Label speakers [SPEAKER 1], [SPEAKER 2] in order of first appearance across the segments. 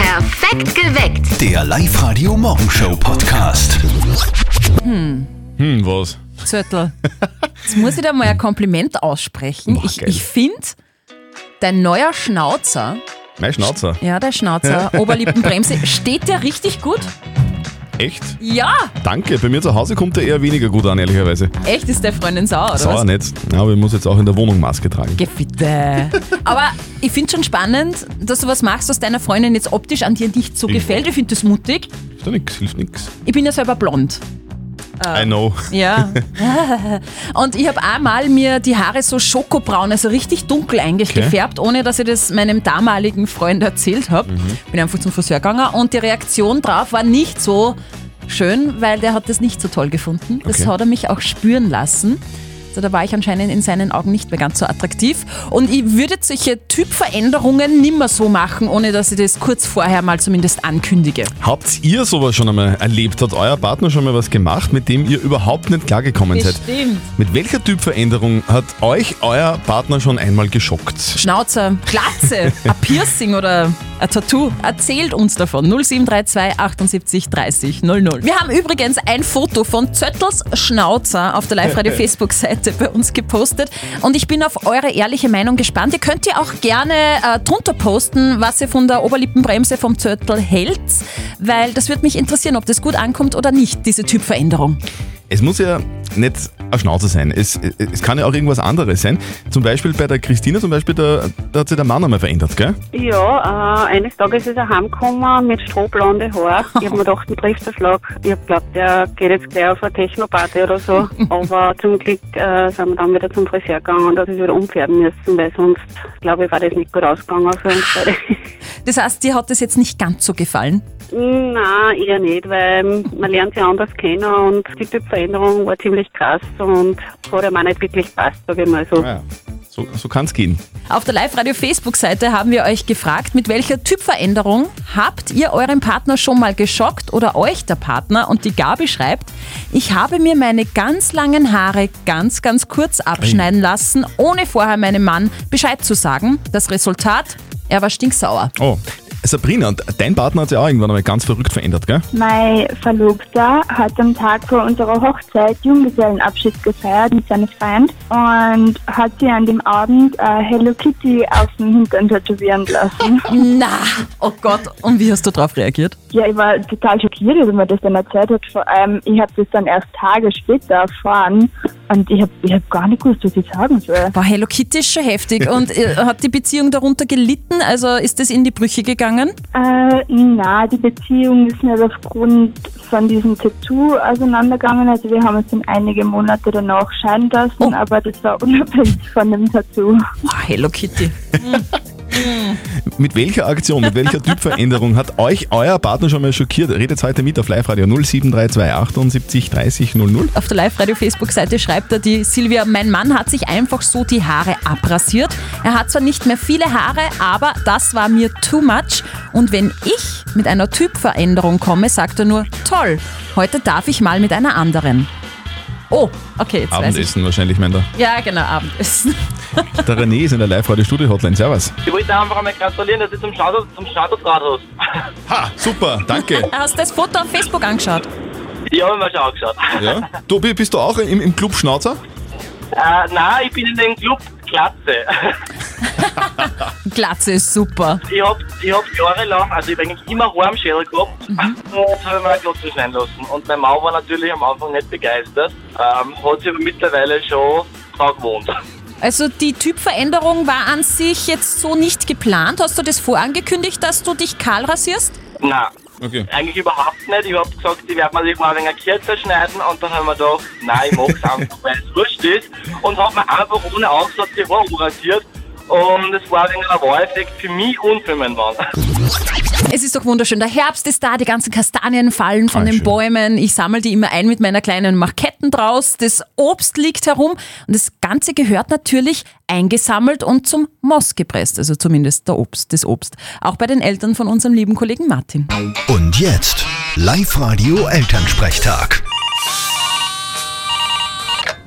[SPEAKER 1] Perfekt geweckt.
[SPEAKER 2] Der Live-Radio Morgenshow Podcast.
[SPEAKER 3] Hm, was?
[SPEAKER 4] Zürtel. Jetzt muss ich dir mal ein Kompliment aussprechen.
[SPEAKER 3] Boah,
[SPEAKER 4] ich
[SPEAKER 3] geil.
[SPEAKER 4] ich finde, dein neuer Schnauzer,
[SPEAKER 3] Mein Schnauzer.
[SPEAKER 4] ja, der Schnauzer, Oberlippenbremse, steht dir richtig gut?
[SPEAKER 3] Echt?
[SPEAKER 4] Ja!
[SPEAKER 3] Danke. Bei mir zu Hause kommt er eher weniger gut an, ehrlicherweise.
[SPEAKER 4] Echt ist der Freundin sauer, oder
[SPEAKER 3] Sauer
[SPEAKER 4] was?
[SPEAKER 3] nicht. Ja, aber ich muss jetzt auch in der Wohnung Maske tragen.
[SPEAKER 4] Geh bitte. Aber ich finde schon spannend, dass du was machst, was deiner Freundin jetzt optisch an dir nicht so gefällt. Ich finde das mutig.
[SPEAKER 3] Hilft ja nix, hilft nix.
[SPEAKER 4] Ich bin ja selber blond.
[SPEAKER 3] I know.
[SPEAKER 4] Ja. Und ich habe einmal mir die Haare so schokobraun, also richtig dunkel eigentlich
[SPEAKER 3] Okay. Mhm.
[SPEAKER 4] gefärbt, ohne dass ich das meinem damaligen Freund erzählt habe. Bin einfach zum Friseur gegangen und die Reaktion drauf war nicht so schön, weil der hat das nicht so toll gefunden. Das
[SPEAKER 3] Okay.
[SPEAKER 4] hat er mich auch spüren lassen. Also da war ich anscheinend in seinen Augen nicht mehr ganz so attraktiv. Und ich würde solche Typveränderungen nimmer so machen, ohne dass ich das kurz vorher mal zumindest ankündige.
[SPEAKER 3] Habt ihr sowas schon einmal erlebt? Hat euer Partner schon mal was gemacht, mit dem ihr überhaupt nicht klargekommen seid?
[SPEAKER 4] Bestimmt.
[SPEAKER 3] Mit welcher Typveränderung hat euch euer Partner schon einmal geschockt?
[SPEAKER 4] Schnauzer, Glatze, ein Piercing oder ein Tattoo. Erzählt uns davon. 0732 78 30 00. Wir haben übrigens ein Foto von Zöttels Schnauzer auf der Live-Radio-Facebook-Seite bei uns gepostet. Und ich bin auf eure ehrliche Meinung gespannt. Ihr könnt ja auch gerne äh, drunter posten, was ihr von der Oberlippenbremse vom Zöttel hält. Weil das würde mich interessieren, ob das gut ankommt oder nicht, diese Typveränderung.
[SPEAKER 3] Es muss ja nicht ein Schnauzer sein. Es, es kann ja auch irgendwas anderes sein. Zum Beispiel bei der Christina, zum Beispiel, da, da hat sich der Mann einmal verändert, gell?
[SPEAKER 5] Ja, äh, eines Tages ist er heimgekommen mit strohblonde Haare. Ich habe mir gedacht, ein trifft der Schlag. Ich hab glaubt, er geht jetzt gleich auf eine Technoparty oder so. Aber zum Glück äh, sind wir dann wieder zum Friseur gegangen, dass ich wieder umfärben müssen, weil sonst, glaube ich, war das nicht gut ausgegangen für uns beide.
[SPEAKER 4] Das heißt, dir hat das jetzt nicht ganz so gefallen.
[SPEAKER 5] Nein, eher nicht, weil man lernt sie anders kennen und die Typveränderung war ziemlich krass und hat ihm auch nicht wirklich passt, sage ich mal so.
[SPEAKER 3] Ah Ja. So, so kann es gehen.
[SPEAKER 4] Auf der Live-Radio-Facebook-Seite haben wir euch gefragt, mit welcher Typveränderung habt ihr euren Partner schon mal geschockt oder euch der Partner? Und die Gabi schreibt, ich habe mir meine ganz langen Haare ganz, ganz kurz abschneiden lassen, ohne vorher meinem Mann Bescheid zu sagen. Das Resultat, er war stinksauer.
[SPEAKER 3] Oh, Sabrina, und dein Partner hat sich auch irgendwann einmal ganz verrückt verändert, gell?
[SPEAKER 6] Mein Verlobter hat am Tag vor unserer Hochzeit Junggesellenabschied gefeiert mit seinem Freund und hat sie an dem Abend äh, Hello Kitty auf dem Hintern tätowieren lassen.
[SPEAKER 4] Na, oh Gott, und wie hast du darauf reagiert?
[SPEAKER 6] ja, ich war total schockiert, als er mir das dann erzählt hat. Vor allem, ich habe das dann erst Tage später erfahren und ich habe ich hab gar nicht gewusst, was ich sagen soll.
[SPEAKER 4] Boah, Hello Kitty ist schon heftig. Und äh, hat die Beziehung darunter gelitten? Also ist das in die Brüche gegangen?
[SPEAKER 6] Äh, na, die Beziehung ist nicht aufgrund von diesem Tattoo auseinandergegangen. Also wir haben uns dann einige Monate danach scheiden lassen,
[SPEAKER 4] Oh.
[SPEAKER 6] aber das war unabhängig von dem Tattoo.
[SPEAKER 4] Boah, Hello Kitty.
[SPEAKER 3] Mit welcher Aktion, mit welcher Typveränderung hat euch euer Partner schon mal schockiert? Redet heute mit auf Live Radio 0732 78 30 00.
[SPEAKER 4] Auf der Live-Radio-Facebook-Seite schreibt er die Silvia, mein Mann hat sich einfach so die Haare abrasiert. Er hat zwar nicht mehr viele Haare, aber das war mir too much. Und wenn ich mit einer Typveränderung komme, sagt er nur, toll, heute darf ich mal mit einer anderen. Oh, okay, jetzt weiß ich.
[SPEAKER 3] Abendessen wahrscheinlich, meint er.
[SPEAKER 4] Ja, genau, Abendessen.
[SPEAKER 3] Der René ist in der Live Radio Studio Hotline. Servus.
[SPEAKER 7] Ich wollte einfach einmal gratulieren, dass du zum Standort, zum Standortrad hast.
[SPEAKER 3] Ha, super, danke.
[SPEAKER 4] Hast du das Foto auf Facebook angeschaut?
[SPEAKER 7] Ich habe mir schon angeschaut.
[SPEAKER 3] Ja. Du bi- bist du auch im, im Club Schnauzer?
[SPEAKER 7] Äh, nein, ich bin in dem Club Glatze.
[SPEAKER 4] Glatze ist super.
[SPEAKER 7] Ich hab, ich hab jahrelang, also ich hab eigentlich immer Haar am Schädel gehabt und habe mir eine Glatze schneiden lassen. Und meine Mama war natürlich am Anfang nicht begeistert, ähm, hat sich aber mittlerweile schon dran gewohnt.
[SPEAKER 4] Also die Typveränderung war an sich jetzt so nicht geplant. Hast du das vorangekündigt, dass du dich kahl rasierst?
[SPEAKER 7] Nein.
[SPEAKER 3] Okay.
[SPEAKER 7] Eigentlich überhaupt nicht. Ich habe gesagt, ich werde mir sich mal ein wenig kürzer schneiden und dann haben wir gedacht, nein, ich mag's einfach, weil es wurscht ist und habe mir einfach ohne Aufsatz die Haare rasiert und das war ein wenig ein Wahleffekt für mich und für meinen Mann.
[SPEAKER 4] Es ist doch wunderschön. Der Herbst ist da, die ganzen Kastanien fallen von
[SPEAKER 3] Ah,
[SPEAKER 4] den
[SPEAKER 3] schön.
[SPEAKER 4] Bäumen. Ich sammle die immer ein mit meiner kleinen Marketten draus. Das Obst liegt herum. Und das Ganze gehört natürlich eingesammelt und zum Moss gepresst. Also zumindest der Obst, das Obst. Auch bei den Eltern von unserem lieben Kollegen Martin.
[SPEAKER 2] Und jetzt Live-Radio Elternsprechtag.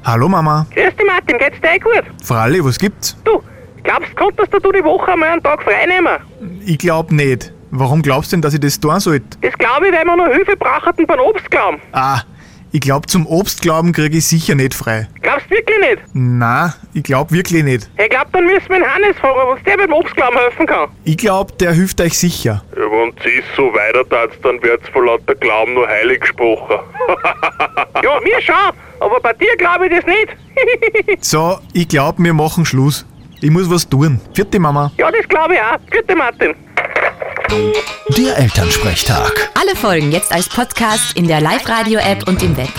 [SPEAKER 8] Hallo Mama.
[SPEAKER 9] Grüß dich Martin, geht's dir eh gut?
[SPEAKER 8] Fralli, was gibt's?
[SPEAKER 9] Du, glaubst du, konntest du die Woche mal einen Tag frei nehmen?
[SPEAKER 8] Ich glaub nicht.
[SPEAKER 1] Warum glaubst du denn, dass ich das tun sollte?
[SPEAKER 8] Das glaube ich, weil wir noch Hilfe brauchten beim Obstklauen.
[SPEAKER 1] Ah, ich glaube, zum Obstglauben kriege ich sicher nicht frei.
[SPEAKER 8] Glaubst du wirklich nicht?
[SPEAKER 1] Na, ich glaube wirklich nicht.
[SPEAKER 8] Ich glaube, dann müssen wir den Hannes fragen, was der beim Obstklauen helfen kann.
[SPEAKER 1] Ich glaube, der hilft euch sicher.
[SPEAKER 9] Ja, wenn es so weiter tat, dann wird's vor lauter Glauben nur heilig gesprochen.
[SPEAKER 8] Ja, mir schon, aber bei dir glaube ich das nicht.
[SPEAKER 1] So, ich glaube, wir machen Schluss. Ich muss was tun. Vierte Mama.
[SPEAKER 8] ja, das glaube ich auch. Gute Martin.
[SPEAKER 2] Der Elternsprechtag.
[SPEAKER 10] Alle Folgen jetzt als Podcast in der Live-Radio-App und im Web.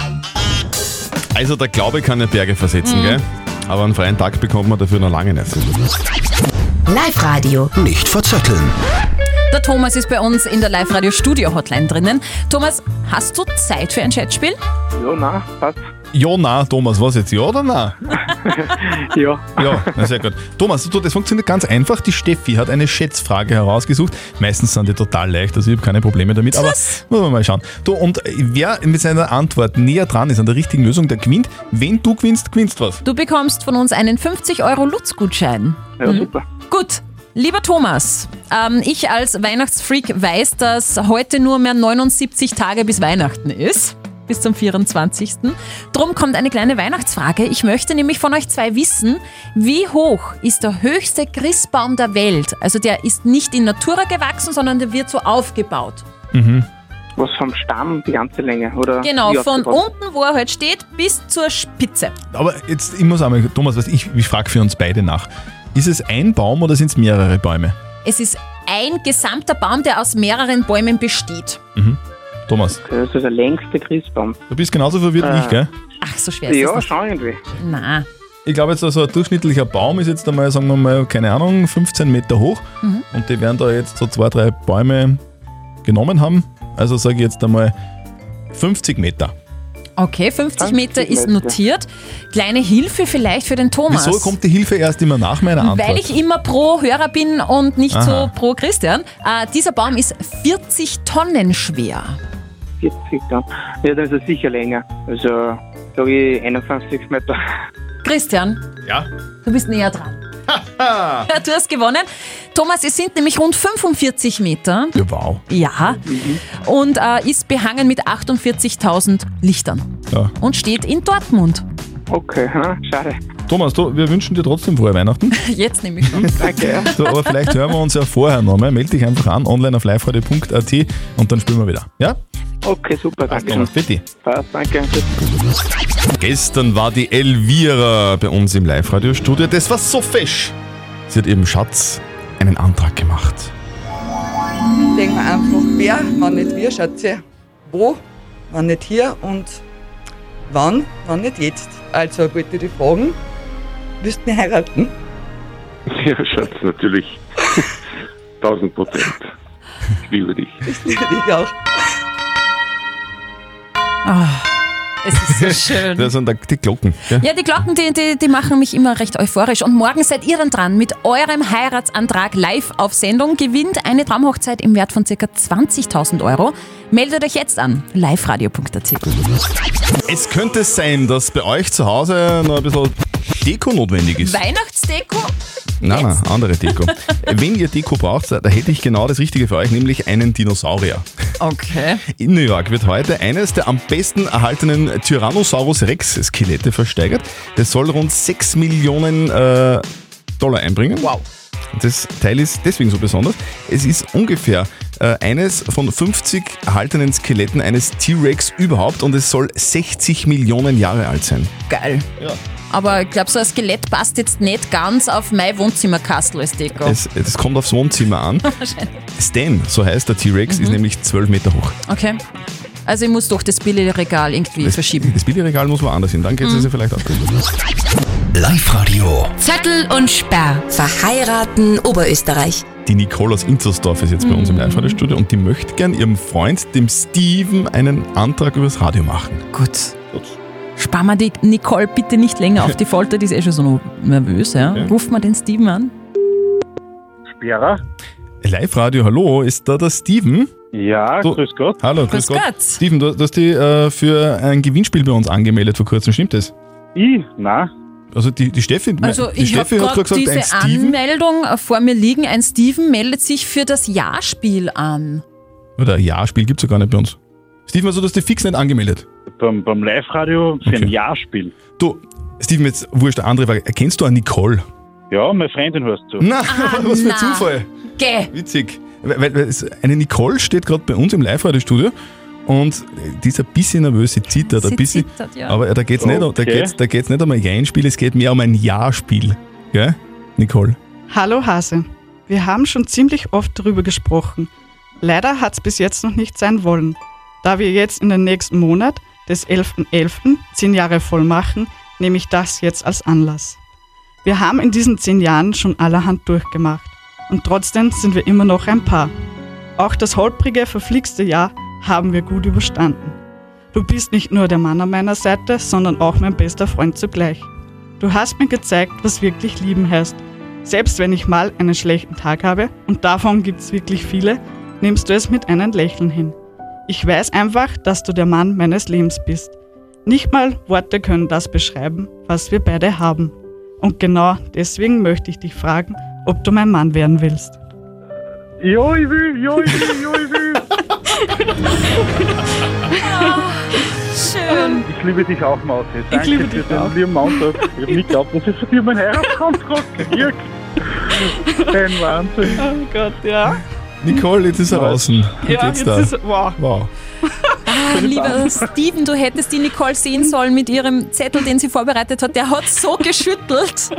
[SPEAKER 3] Also der Glaube kann ja Berge versetzen, gell? Aber einen freien Tag bekommt man dafür noch lange nicht.
[SPEAKER 10] Live-Radio.
[SPEAKER 2] Nicht verzetteln.
[SPEAKER 4] Der Thomas ist bei uns in der Live-Radio-Studio-Hotline drinnen. Thomas, hast du Zeit für ein Chatspiel?
[SPEAKER 7] Ja, nein, passt.
[SPEAKER 3] Ja, na, Thomas, was jetzt? Ja oder na?
[SPEAKER 7] Ja.
[SPEAKER 3] Ja, na, sehr gut. Thomas, du, das funktioniert ganz einfach. Die Steffi hat eine Schätzfrage herausgesucht. Meistens sind die total leicht, also ich habe keine Probleme damit, aber
[SPEAKER 4] Was?
[SPEAKER 3] wollen wir mal schauen. Du, und wer mit seiner Antwort näher dran ist an der richtigen Lösung, der gewinnt. Wenn du gewinnst, gewinnst was.
[SPEAKER 4] Du bekommst von uns einen 50-Euro-Lutz-Gutschein.
[SPEAKER 7] Ja, super.
[SPEAKER 4] Gut. Lieber Thomas, ähm, ich als Weihnachtsfreak weiß, dass heute nur mehr 79 Tage bis Weihnachten ist. Bis zum 24. Drum kommt eine kleine Weihnachtsfrage. Ich möchte nämlich von euch zwei wissen, wie hoch ist der höchste Christbaum der Welt? Also der ist nicht in Natura gewachsen, sondern der wird so aufgebaut.
[SPEAKER 7] Was vom Stamm, die ganze Länge, oder?
[SPEAKER 4] Genau,
[SPEAKER 7] wie
[SPEAKER 4] von
[SPEAKER 7] aufgebaut?
[SPEAKER 4] unten, wo er halt steht, bis zur Spitze.
[SPEAKER 3] Aber jetzt, ich muss einmal, Thomas, weißt, du, ich, ich frage für uns beide nach. Ist es ein Baum oder sind es mehrere Bäume?
[SPEAKER 4] Es ist ein gesamter Baum, der aus mehreren Bäumen besteht.
[SPEAKER 3] Thomas,
[SPEAKER 7] Das ist der längste Christbaum. Ah.
[SPEAKER 3] du bist genauso verwirrt wie ich, gell?
[SPEAKER 4] Ach, so schwer ist es
[SPEAKER 7] Ja,
[SPEAKER 4] nicht.
[SPEAKER 7] schon irgendwie.
[SPEAKER 4] Na,
[SPEAKER 3] Ich glaube jetzt, also ein durchschnittlicher Baum ist jetzt einmal, sagen wir mal, keine Ahnung, 15 Meter hoch.
[SPEAKER 4] Mhm.
[SPEAKER 3] Und die werden da jetzt so zwei, drei Bäume genommen haben. Also sage ich jetzt einmal 50 Meter.
[SPEAKER 4] okay, 50 Meter
[SPEAKER 7] 50
[SPEAKER 4] ist
[SPEAKER 7] Meter.
[SPEAKER 4] notiert. Kleine Hilfe vielleicht für den Thomas.
[SPEAKER 3] Wieso kommt die Hilfe erst immer nach meiner Antwort?
[SPEAKER 4] Weil ich immer pro Hörer bin und nicht
[SPEAKER 3] Aha.
[SPEAKER 4] so pro Christian. Äh, dieser Baum ist 40 Tonnen schwer.
[SPEAKER 7] 40 dann. Ja, dann ist er sicher länger. Also, sage ich 51 Meter.
[SPEAKER 4] Christian,
[SPEAKER 3] ja.
[SPEAKER 4] du bist näher dran. Ja, du hast gewonnen. Thomas, es sind nämlich rund 45 Meter.
[SPEAKER 3] ja. Wow.
[SPEAKER 4] Ja. Und äh, ist behangen mit 48.000 Lichtern.
[SPEAKER 3] Ja.
[SPEAKER 4] Und steht in Dortmund.
[SPEAKER 7] Okay, hm, schade.
[SPEAKER 3] Thomas, du, wir wünschen dir trotzdem frohe Weihnachten.
[SPEAKER 4] Jetzt nehme ich um. schon.
[SPEAKER 7] Danke, ja.
[SPEAKER 3] So, aber vielleicht hören wir uns ja vorher nochmal. Meld dich einfach an, online auf liveradio.at und dann spielen wir wieder. Ja?
[SPEAKER 7] Okay, super, danke schön.
[SPEAKER 3] bitte.
[SPEAKER 7] Passt, danke.
[SPEAKER 3] Gestern war die Elvira bei uns im Live-Radio-Studio. Das war so fesch. Sie hat ihrem Schatz einen Antrag gemacht.
[SPEAKER 11] denke mir einfach, wer, wenn nicht wir, Schatze, wo, wenn nicht hier und wann, wenn nicht jetzt. Also wollte ich dich fragen, willst du mich heiraten?
[SPEAKER 9] ja, Schatz, natürlich. 1000 Prozent. Ich liebe dich.
[SPEAKER 11] Ich auch.
[SPEAKER 4] Es ist so schön.
[SPEAKER 3] Das sind da die Glocken. Gell?
[SPEAKER 4] Ja, die Glocken, die, die, die machen mich immer recht euphorisch. Und morgen seid ihr dann dran mit eurem Heiratsantrag live auf Sendung. Gewinnt eine Traumhochzeit im Wert von ca. 20.000 Euro. Meldet euch jetzt an. liveradio.at
[SPEAKER 3] Es könnte sein, dass bei euch zu Hause noch ein bisschen Deko notwendig ist.
[SPEAKER 4] Weihnachtsdeko?
[SPEAKER 3] Nein, nein, andere Deko. Wenn ihr Deko braucht, da hätte ich genau das Richtige für euch, nämlich einen Dinosaurier.
[SPEAKER 4] Okay.
[SPEAKER 3] In New York wird heute eines der am besten erhaltenen Tyrannosaurus Rex Skelette versteigert. Das soll rund 6 Millionen äh, Dollar einbringen. Wow. Das Teil ist deswegen so besonders. Es ist ungefähr äh, eines von 50 erhaltenen Skeletten eines T-Rex überhaupt und es soll 60 Millionen Jahre alt sein.
[SPEAKER 4] Geil.
[SPEAKER 3] Ja.
[SPEAKER 4] Aber ich glaube, so ein Skelett passt jetzt nicht ganz auf mein Wohnzimmerkastel als Deko.
[SPEAKER 3] Es, es kommt aufs Wohnzimmer an. Stan, so heißt der T-Rex,
[SPEAKER 4] Mhm.
[SPEAKER 3] ist nämlich 12 Meter hoch.
[SPEAKER 4] Okay. Also ich muss doch das Billigregal irgendwie verschieben.
[SPEAKER 3] Das Billigregal muss woanders hin, dann geht
[SPEAKER 4] Mhm.
[SPEAKER 3] es ja vielleicht auch.
[SPEAKER 2] Live-Radio.
[SPEAKER 10] Zettel und Sperr. Verheiraten Oberösterreich.
[SPEAKER 3] Die Nicole aus Inzersdorf ist jetzt bei
[SPEAKER 4] Mhm.
[SPEAKER 3] uns im Live-Radio-Studio und die möchte gern ihrem Freund, dem Steven, einen Antrag übers Radio machen.
[SPEAKER 4] Gut. Spar mal die Nicole bitte nicht länger auf die Folter, die ist eh schon so nervös. Ja. Ruf mal den Steven an.
[SPEAKER 9] Vera?
[SPEAKER 3] Live-Radio, hallo, ist da der Steven?
[SPEAKER 9] Ja,
[SPEAKER 3] So.
[SPEAKER 9] grüß Gott.
[SPEAKER 3] Hallo, grüß,
[SPEAKER 4] Grüß Gott.
[SPEAKER 3] Steven, du, du hast dich äh, für ein Gewinnspiel bei uns angemeldet vor kurzem, stimmt das?
[SPEAKER 9] Ich? Na,
[SPEAKER 3] Also die, die Steffi,
[SPEAKER 4] Also
[SPEAKER 3] die
[SPEAKER 4] ich habe
[SPEAKER 3] Steffi hat
[SPEAKER 4] gerade
[SPEAKER 3] gerade gesagt, ein
[SPEAKER 4] diese
[SPEAKER 3] Steven
[SPEAKER 4] Anmeldung äh, vor mir liegen. Ein Steven meldet sich für das Ja-Spiel an.
[SPEAKER 3] Oder ja, Spiel gibt's ja gar nicht bei uns. Steven, also du hast dich fix nicht angemeldet.
[SPEAKER 12] Beim, beim Live-Radio für ein Ja-Spiel.
[SPEAKER 3] Du, Steven, jetzt wurscht, eine andere Frage. Erkennst du eine Nicole?
[SPEAKER 12] Ja, meine Freundin hörst du.
[SPEAKER 3] Na, was für ein
[SPEAKER 4] Ah, na.
[SPEAKER 3] Zufall.
[SPEAKER 4] Geh!
[SPEAKER 3] Witzig. Weil, weil es- eine Nicole steht gerade bei uns im Live-Radio-Studio und die ist ein bisschen nervös, sie zittert
[SPEAKER 4] Sie
[SPEAKER 3] ein bisschen.
[SPEAKER 4] zittert, ja.
[SPEAKER 3] Aber da geht es nicht, um- da
[SPEAKER 12] Okay.
[SPEAKER 3] geht's, da geht's nicht um ein Ja-Spiel, es geht mehr um ein Ja-Spiel. Gell, Nicole?
[SPEAKER 13] Hallo Hase. Wir haben schon ziemlich oft drüber gesprochen. Leider hat es bis jetzt noch nicht sein wollen. Da wir jetzt in den nächsten Monat des 11.11. zehn Jahre voll machen, nehme ich das jetzt als Anlass. Wir haben in diesen zehn Jahren schon allerhand durchgemacht. Und trotzdem sind wir immer noch ein Paar. Auch das holprige, verflixte Jahr haben wir gut überstanden. Du bist nicht nur der Mann an meiner Seite, sondern auch mein bester Freund zugleich. Du hast mir gezeigt, was wirklich Lieben heißt. Selbst wenn ich mal einen schlechten Tag habe, und davon gibt's wirklich viele, nimmst du es mit einem Lächeln hin. Ich weiß einfach, dass du der Mann meines Lebens bist. Nicht mal Worte können das beschreiben, was wir beide haben. Und genau deswegen möchte ich dich fragen, ob du mein Mann werden willst.
[SPEAKER 12] Ja, ich will, ja, ich will, ja, ich will.
[SPEAKER 4] Schön.
[SPEAKER 12] Ich liebe dich auch, Maus. Danke
[SPEAKER 13] liebe
[SPEAKER 12] für
[SPEAKER 13] dich
[SPEAKER 12] den
[SPEAKER 13] auch.
[SPEAKER 12] lieben Mountain. Ich habe nicht geglaubt, dass ich von dir meinen Heiratsantrag krieg. Ein Wahnsinn.
[SPEAKER 13] Oh Gott, ja.
[SPEAKER 3] Nicole, jetzt ist er draußen.
[SPEAKER 13] Ja, jetzt ist- wow.
[SPEAKER 3] wow.
[SPEAKER 4] Ah, lieber Steven, du hättest die Nicole sehen sollen mit ihrem Zettel, den sie vorbereitet hat. Der hat so geschüttelt.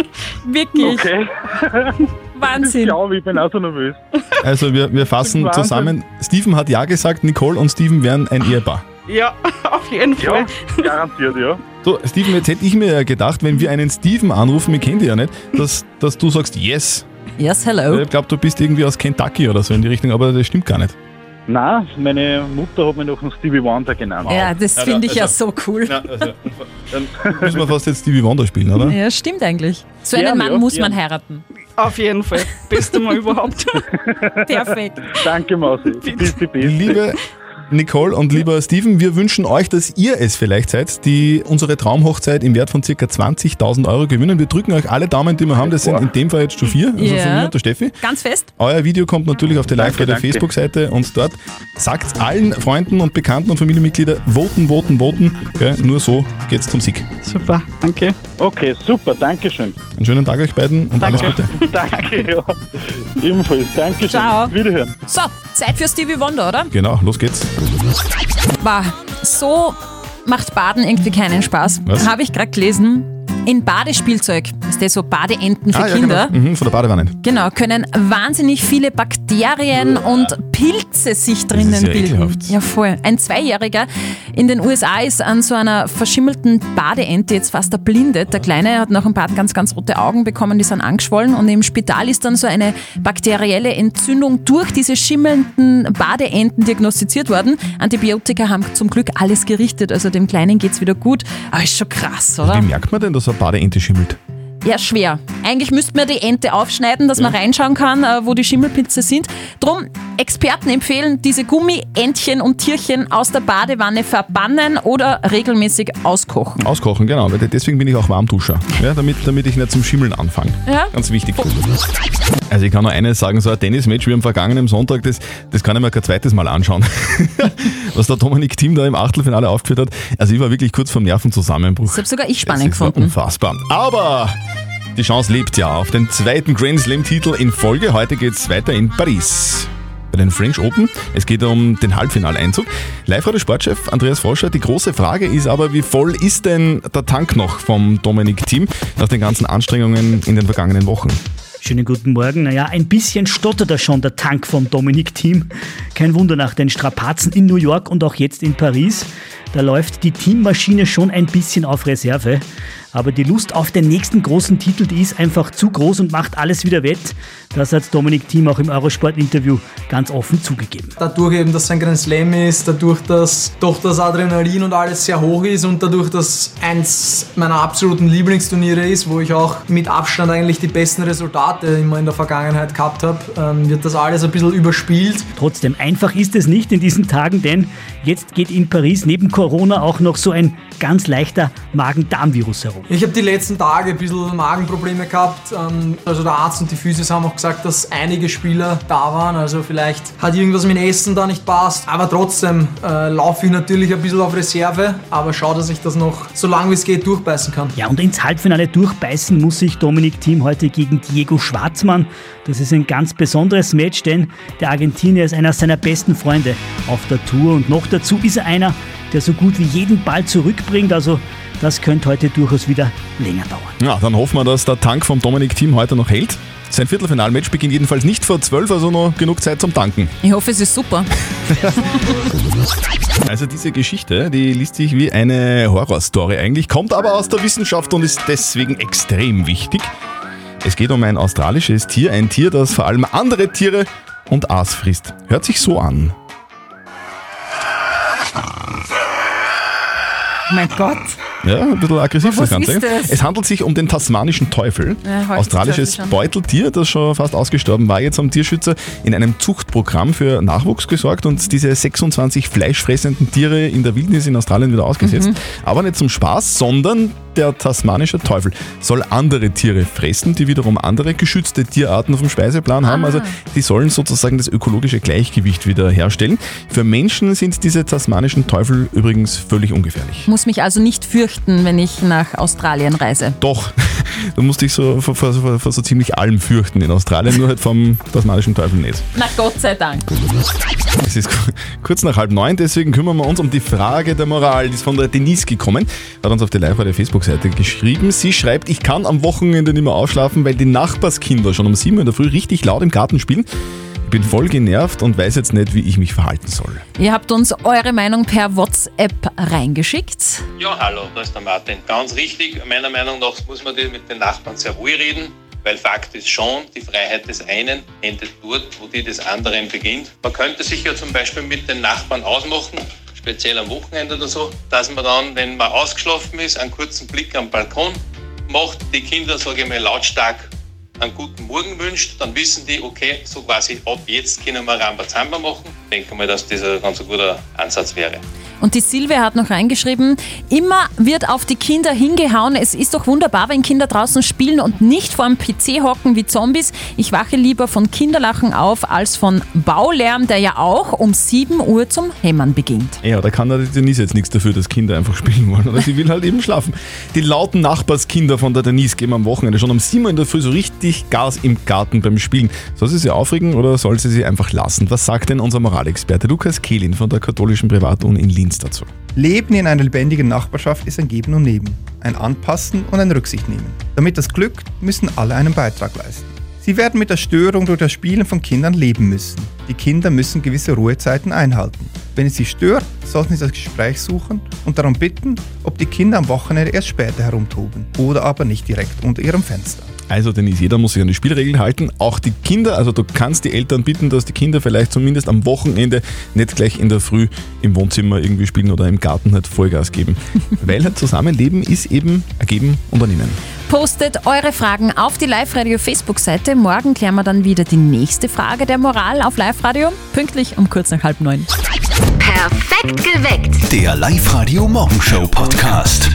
[SPEAKER 4] Wirklich.
[SPEAKER 12] Okay.
[SPEAKER 4] Wahnsinn.
[SPEAKER 12] Ich glaube, ich bin auch so nervös.
[SPEAKER 3] Also wir, wir fassen
[SPEAKER 12] Wahnsinn.
[SPEAKER 3] zusammen. Steven hat Ja gesagt, Nicole und Steven wären ein Ehepaar.
[SPEAKER 13] Ja, auf jeden
[SPEAKER 12] Fall. Ja, garantiert, ja.
[SPEAKER 3] So, Steven, jetzt hätte ich mir ja gedacht, wenn wir einen Steven anrufen, wir kennen die ja nicht, dass, dass du sagst Yes.
[SPEAKER 4] Yes, hello.
[SPEAKER 3] Ich glaube, du bist irgendwie aus Kentucky oder so in die Richtung, aber das stimmt gar nicht.
[SPEAKER 12] Nein, meine Mutter hat mich noch einen Stevie Wonder genannt.
[SPEAKER 4] Ja, das finde ich ja
[SPEAKER 3] also-
[SPEAKER 4] so cool. Ja,
[SPEAKER 3] Müssen wir fast jetzt Stevie Wonder spielen, oder?
[SPEAKER 4] stimmt eigentlich. So
[SPEAKER 12] Gerne,
[SPEAKER 4] einen Mann
[SPEAKER 12] ja,
[SPEAKER 4] muss
[SPEAKER 12] gerne.
[SPEAKER 4] man heiraten.
[SPEAKER 13] Auf jeden Fall. Bist du mal überhaupt?
[SPEAKER 4] Perfekt.
[SPEAKER 12] Danke, Mausi. Du bist die Beste.
[SPEAKER 3] Liebe Nicole und lieber Steven, wir wünschen euch, dass ihr es vielleicht seid, die unsere Traumhochzeit im Wert von ca. 20.000 Euro gewinnen. Wir drücken euch alle Daumen, die wir haben. Das sind in dem Fall jetzt schon vier, also von
[SPEAKER 4] Ja.
[SPEAKER 3] mir und der Steffi.
[SPEAKER 4] Ganz fest.
[SPEAKER 3] Euer Video kommt natürlich auf die live der
[SPEAKER 12] danke.
[SPEAKER 3] Facebook-Seite und dort sagt allen Freunden und Bekannten und Familienmitgliedern, voten, voten, voten. Ja, nur so geht's zum Sieg.
[SPEAKER 13] Super, danke.
[SPEAKER 12] Okay, super, Dankeschön.
[SPEAKER 3] Einen schönen Tag euch beiden und alles Gute.
[SPEAKER 12] Danke, ja. Ebenfalls, Dankeschön.
[SPEAKER 4] Ciao.
[SPEAKER 12] Wiederhören.
[SPEAKER 4] So, Zeit für Stevie Wonder, oder?
[SPEAKER 3] Genau, los geht's.
[SPEAKER 4] Bah, so macht Baden irgendwie keinen Spaß.
[SPEAKER 3] Was?
[SPEAKER 4] Habe ich gerade gelesen. In Badespielzeug, ist das so Badeenten für
[SPEAKER 3] Ah, ja,
[SPEAKER 4] Kinder,
[SPEAKER 3] genau. Mhm, von der Badewanne.
[SPEAKER 4] Genau, können wahnsinnig viele Bakterien und Pilze sich drinnen
[SPEAKER 3] ist ja
[SPEAKER 4] bilden.
[SPEAKER 3] ekelhaft.
[SPEAKER 4] Ja, voll. Ein Zweijähriger in den USA ist an so einer verschimmelten Badeente jetzt fast erblindet. Der Kleine hat nach ein paar ganz, ganz rote Augen bekommen, die sind angeschwollen und im Spital ist dann so eine bakterielle Entzündung durch diese schimmelnden Badeenten diagnostiziert worden. Antibiotika haben zum Glück alles gerichtet, also dem Kleinen geht's wieder gut. Aber ist schon krass, oder?
[SPEAKER 3] Wie merkt man denn, dass eine Badeente schimmelt?
[SPEAKER 4] Ja, schwer. Eigentlich müsste man die Ente aufschneiden, dass man reinschauen kann, äh, wo die Schimmelpilze sind. Drum, Experten empfehlen, diese Gummientchen und Tierchen aus der Badewanne verbannen oder regelmäßig auskochen.
[SPEAKER 3] Auskochen, genau. weil Deswegen bin ich auch Warmduscher. Ja, damit, damit ich nicht zum Schimmeln anfange.
[SPEAKER 4] Ja.
[SPEAKER 3] Ganz wichtig. Also ich kann nur eines sagen, so ein Tennismatch wie am vergangenen Sonntag, das, das kann ich mir kein zweites Mal anschauen. Was der Dominik Thiem da im Achtelfinale aufgeführt hat. Also ich war wirklich kurz vom Nervenzusammenbruch.
[SPEAKER 4] Das habe sogar ich spannend
[SPEAKER 3] Das war
[SPEAKER 4] gefunden.
[SPEAKER 3] unfassbar. Aber die Chance lebt ja auf den zweiten Grand Slam-Titel in Folge. Heute geht's weiter in Paris. Bei den French Open. Es geht um den Halbfinaleinzug. Live hat der Sportchef Andreas Forscher. Die große Frage ist aber, wie voll ist denn der Tank noch vom Dominik-Team nach den ganzen Anstrengungen in den vergangenen Wochen?
[SPEAKER 14] Schönen guten Morgen. Naja, ein bisschen stottert da schon der Tank vom Dominik-Team. Kein Wunder nach den Strapazen in New York und auch jetzt in Paris. Da läuft die Teammaschine schon ein bisschen auf Reserve. Aber die Lust auf den nächsten großen Titel, die ist einfach zu groß und macht alles wieder wett. Das hat Dominik-Team auch im Eurosport-Interview ganz offen zugegeben.
[SPEAKER 15] Dadurch eben, dass es ein Grand Slam ist, dadurch, dass doch das Adrenalin und alles sehr hoch ist und dadurch, dass eins meiner absoluten Lieblingsturniere ist, wo ich auch mit Abstand eigentlich die besten Resultate immer in der Vergangenheit gehabt habe, ähm, wird das alles ein bisschen überspielt.
[SPEAKER 14] Trotzdem, einfach ist es nicht in diesen Tagen, denn jetzt geht in Paris neben Corona auch noch so ein ganz leichter Magen-Darm-Virus herum.
[SPEAKER 16] Ich habe die letzten Tage ein bisschen Magenprobleme gehabt. Ähm, Also der Arzt und die Physios haben auch gesagt, dass einige Spieler da waren. Also vielleicht hat irgendwas mit dem Essen da nicht passt. Aber trotzdem äh, laufe ich natürlich ein bisschen auf Reserve. Aber schau, dass ich das noch so lange wie es geht durchbeißen kann.
[SPEAKER 7] Ja, und ins Halbfinale durchbeißen muss sich Dominik Thiem heute gegen Diego Schwartzmann. Das ist ein ganz besonderes Match, denn der Argentinier ist einer seiner besten Freunde auf der Tour und noch dazu ist er einer, der so gut wie jeden Ball zurückbringt. Also das könnte heute durchaus wieder länger dauern.
[SPEAKER 3] Ja, dann hoffen wir, dass der Tank vom Dominik Team heute noch hält. Sein Viertelfinalmatch beginnt jedenfalls nicht vor 12, also noch genug Zeit zum Tanken.
[SPEAKER 4] Ich hoffe, es ist super.
[SPEAKER 3] Also diese Geschichte, die liest sich wie eine Horrorstory eigentlich, kommt aber aus der Wissenschaft und ist deswegen extrem wichtig. Es geht um ein australisches Tier, ein Tier, das vor allem andere Tiere und Aas frisst. Hört sich so an.
[SPEAKER 4] Oh mein Gott.
[SPEAKER 3] Ja, ein bisschen aggressiv
[SPEAKER 4] Aber
[SPEAKER 3] das
[SPEAKER 4] was
[SPEAKER 3] Ganze.
[SPEAKER 4] ist das?
[SPEAKER 3] Es handelt sich um den tasmanischen Teufel.
[SPEAKER 4] Ja, heute ist
[SPEAKER 3] Australisches
[SPEAKER 4] Teufel schon.
[SPEAKER 3] Beuteltier, das schon fast ausgestorben war. Jetzt haben Tierschützer in einem Zuchtprogramm für Nachwuchs gesorgt und diese 26 fleischfressenden Tiere in der Wildnis in Australien wieder ausgesetzt.
[SPEAKER 17] Mhm.
[SPEAKER 3] Aber nicht zum Spaß, sondern der tasmanische Teufel soll andere Tiere fressen, die wiederum andere geschützte Tierarten vom Speiseplan haben.
[SPEAKER 4] Ah.
[SPEAKER 3] Also die sollen sozusagen das ökologische Gleichgewicht wieder herstellen. Für Menschen sind diese tasmanischen Teufel übrigens völlig ungefährlich.
[SPEAKER 4] Ich muss mich also nicht fürchten, wenn ich nach Australien reise.
[SPEAKER 3] Doch, du musst dich so vor, vor, vor, vor so ziemlich allem fürchten in Australien, nur halt vom tasmanischen Teufel nicht.
[SPEAKER 4] Na Gott sei Dank.
[SPEAKER 3] Es ist ku- kurz nach halb neun, deswegen kümmern wir uns um die Frage der Moral. Die ist von der Denise gekommen, hat uns auf der live der Facebook-Seite geschrieben. Sie schreibt, ich kann am Wochenende nicht mehr ausschlafen, weil die Nachbarskinder schon um sieben Uhr in der Früh richtig laut im Garten spielen. Ich bin voll genervt und weiß jetzt nicht, wie ich mich verhalten soll.
[SPEAKER 4] Ihr habt uns eure Meinung per WhatsApp reingeschickt.
[SPEAKER 13] Ja, hallo, da ist der Martin. Ganz richtig, meiner Meinung nach muss man mit den Nachbarn sehr wohl reden, weil Fakt ist schon, die Freiheit des einen endet dort, wo die des anderen beginnt. Man könnte sich ja zum Beispiel mit den Nachbarn ausmachen, speziell am Wochenende oder so, dass man dann, wenn man ausgeschlafen ist, einen kurzen Blick am Balkon macht, die Kinder, sage ich mal, lautstark einen guten Morgen wünscht, dann wissen die, okay, so quasi ab jetzt können wir Rambazamba machen. Ich denke mal, dass das ein ganz guter Ansatz wäre.
[SPEAKER 4] Und die Silvia hat noch reingeschrieben, immer wird auf die Kinder hingehauen. Es ist doch wunderbar, wenn Kinder draußen spielen und nicht vor einem PC hocken wie Zombies. Ich wache lieber von Kinderlachen auf als von Baulärm, der ja auch um 7 Uhr zum Hämmern beginnt.
[SPEAKER 3] Ja, da kann die Denise jetzt nichts dafür, dass Kinder einfach spielen wollen, oder sie will halt eben schlafen. Die lauten Nachbarskinder von der Denise geben am Wochenende schon um 7 Uhr in der Früh so richtig Gas im Garten beim Spielen. Soll sie sie aufregen oder soll sie sie einfach lassen? Was sagt denn unser Moralexperte Lukas Kehlin von der katholischen Privatuni in Linz dazu?
[SPEAKER 18] Leben in einer lebendigen Nachbarschaft ist ein Geben und Nehmen, ein Anpassen und ein Rücksicht nehmen. Damit das glückt, müssen alle einen Beitrag leisten. Sie werden mit der Störung durch das Spielen von Kindern leben müssen. Die Kinder müssen gewisse Ruhezeiten einhalten. Wenn es sie stört, sollten sie das Gespräch suchen und darum bitten, ob die Kinder am Wochenende erst später herumtoben oder aber nicht direkt unter ihrem Fenster.
[SPEAKER 3] Also Denise, jeder muss sich an die Spielregeln halten, auch die Kinder. Also du kannst die Eltern bitten, dass die Kinder vielleicht zumindest am Wochenende nicht gleich in der Früh im Wohnzimmer irgendwie spielen oder im Garten halt Vollgas geben. Weil halt Zusammenleben ist eben ergeben und annehmen.
[SPEAKER 4] Postet eure Fragen auf die Live-Radio Facebook-Seite. Morgen klären wir dann wieder die nächste Frage der Moral auf Live-Radio. Pünktlich um kurz nach halb neun.
[SPEAKER 10] Perfekt geweckt.
[SPEAKER 2] Der Live-Radio Morgenshow Podcast.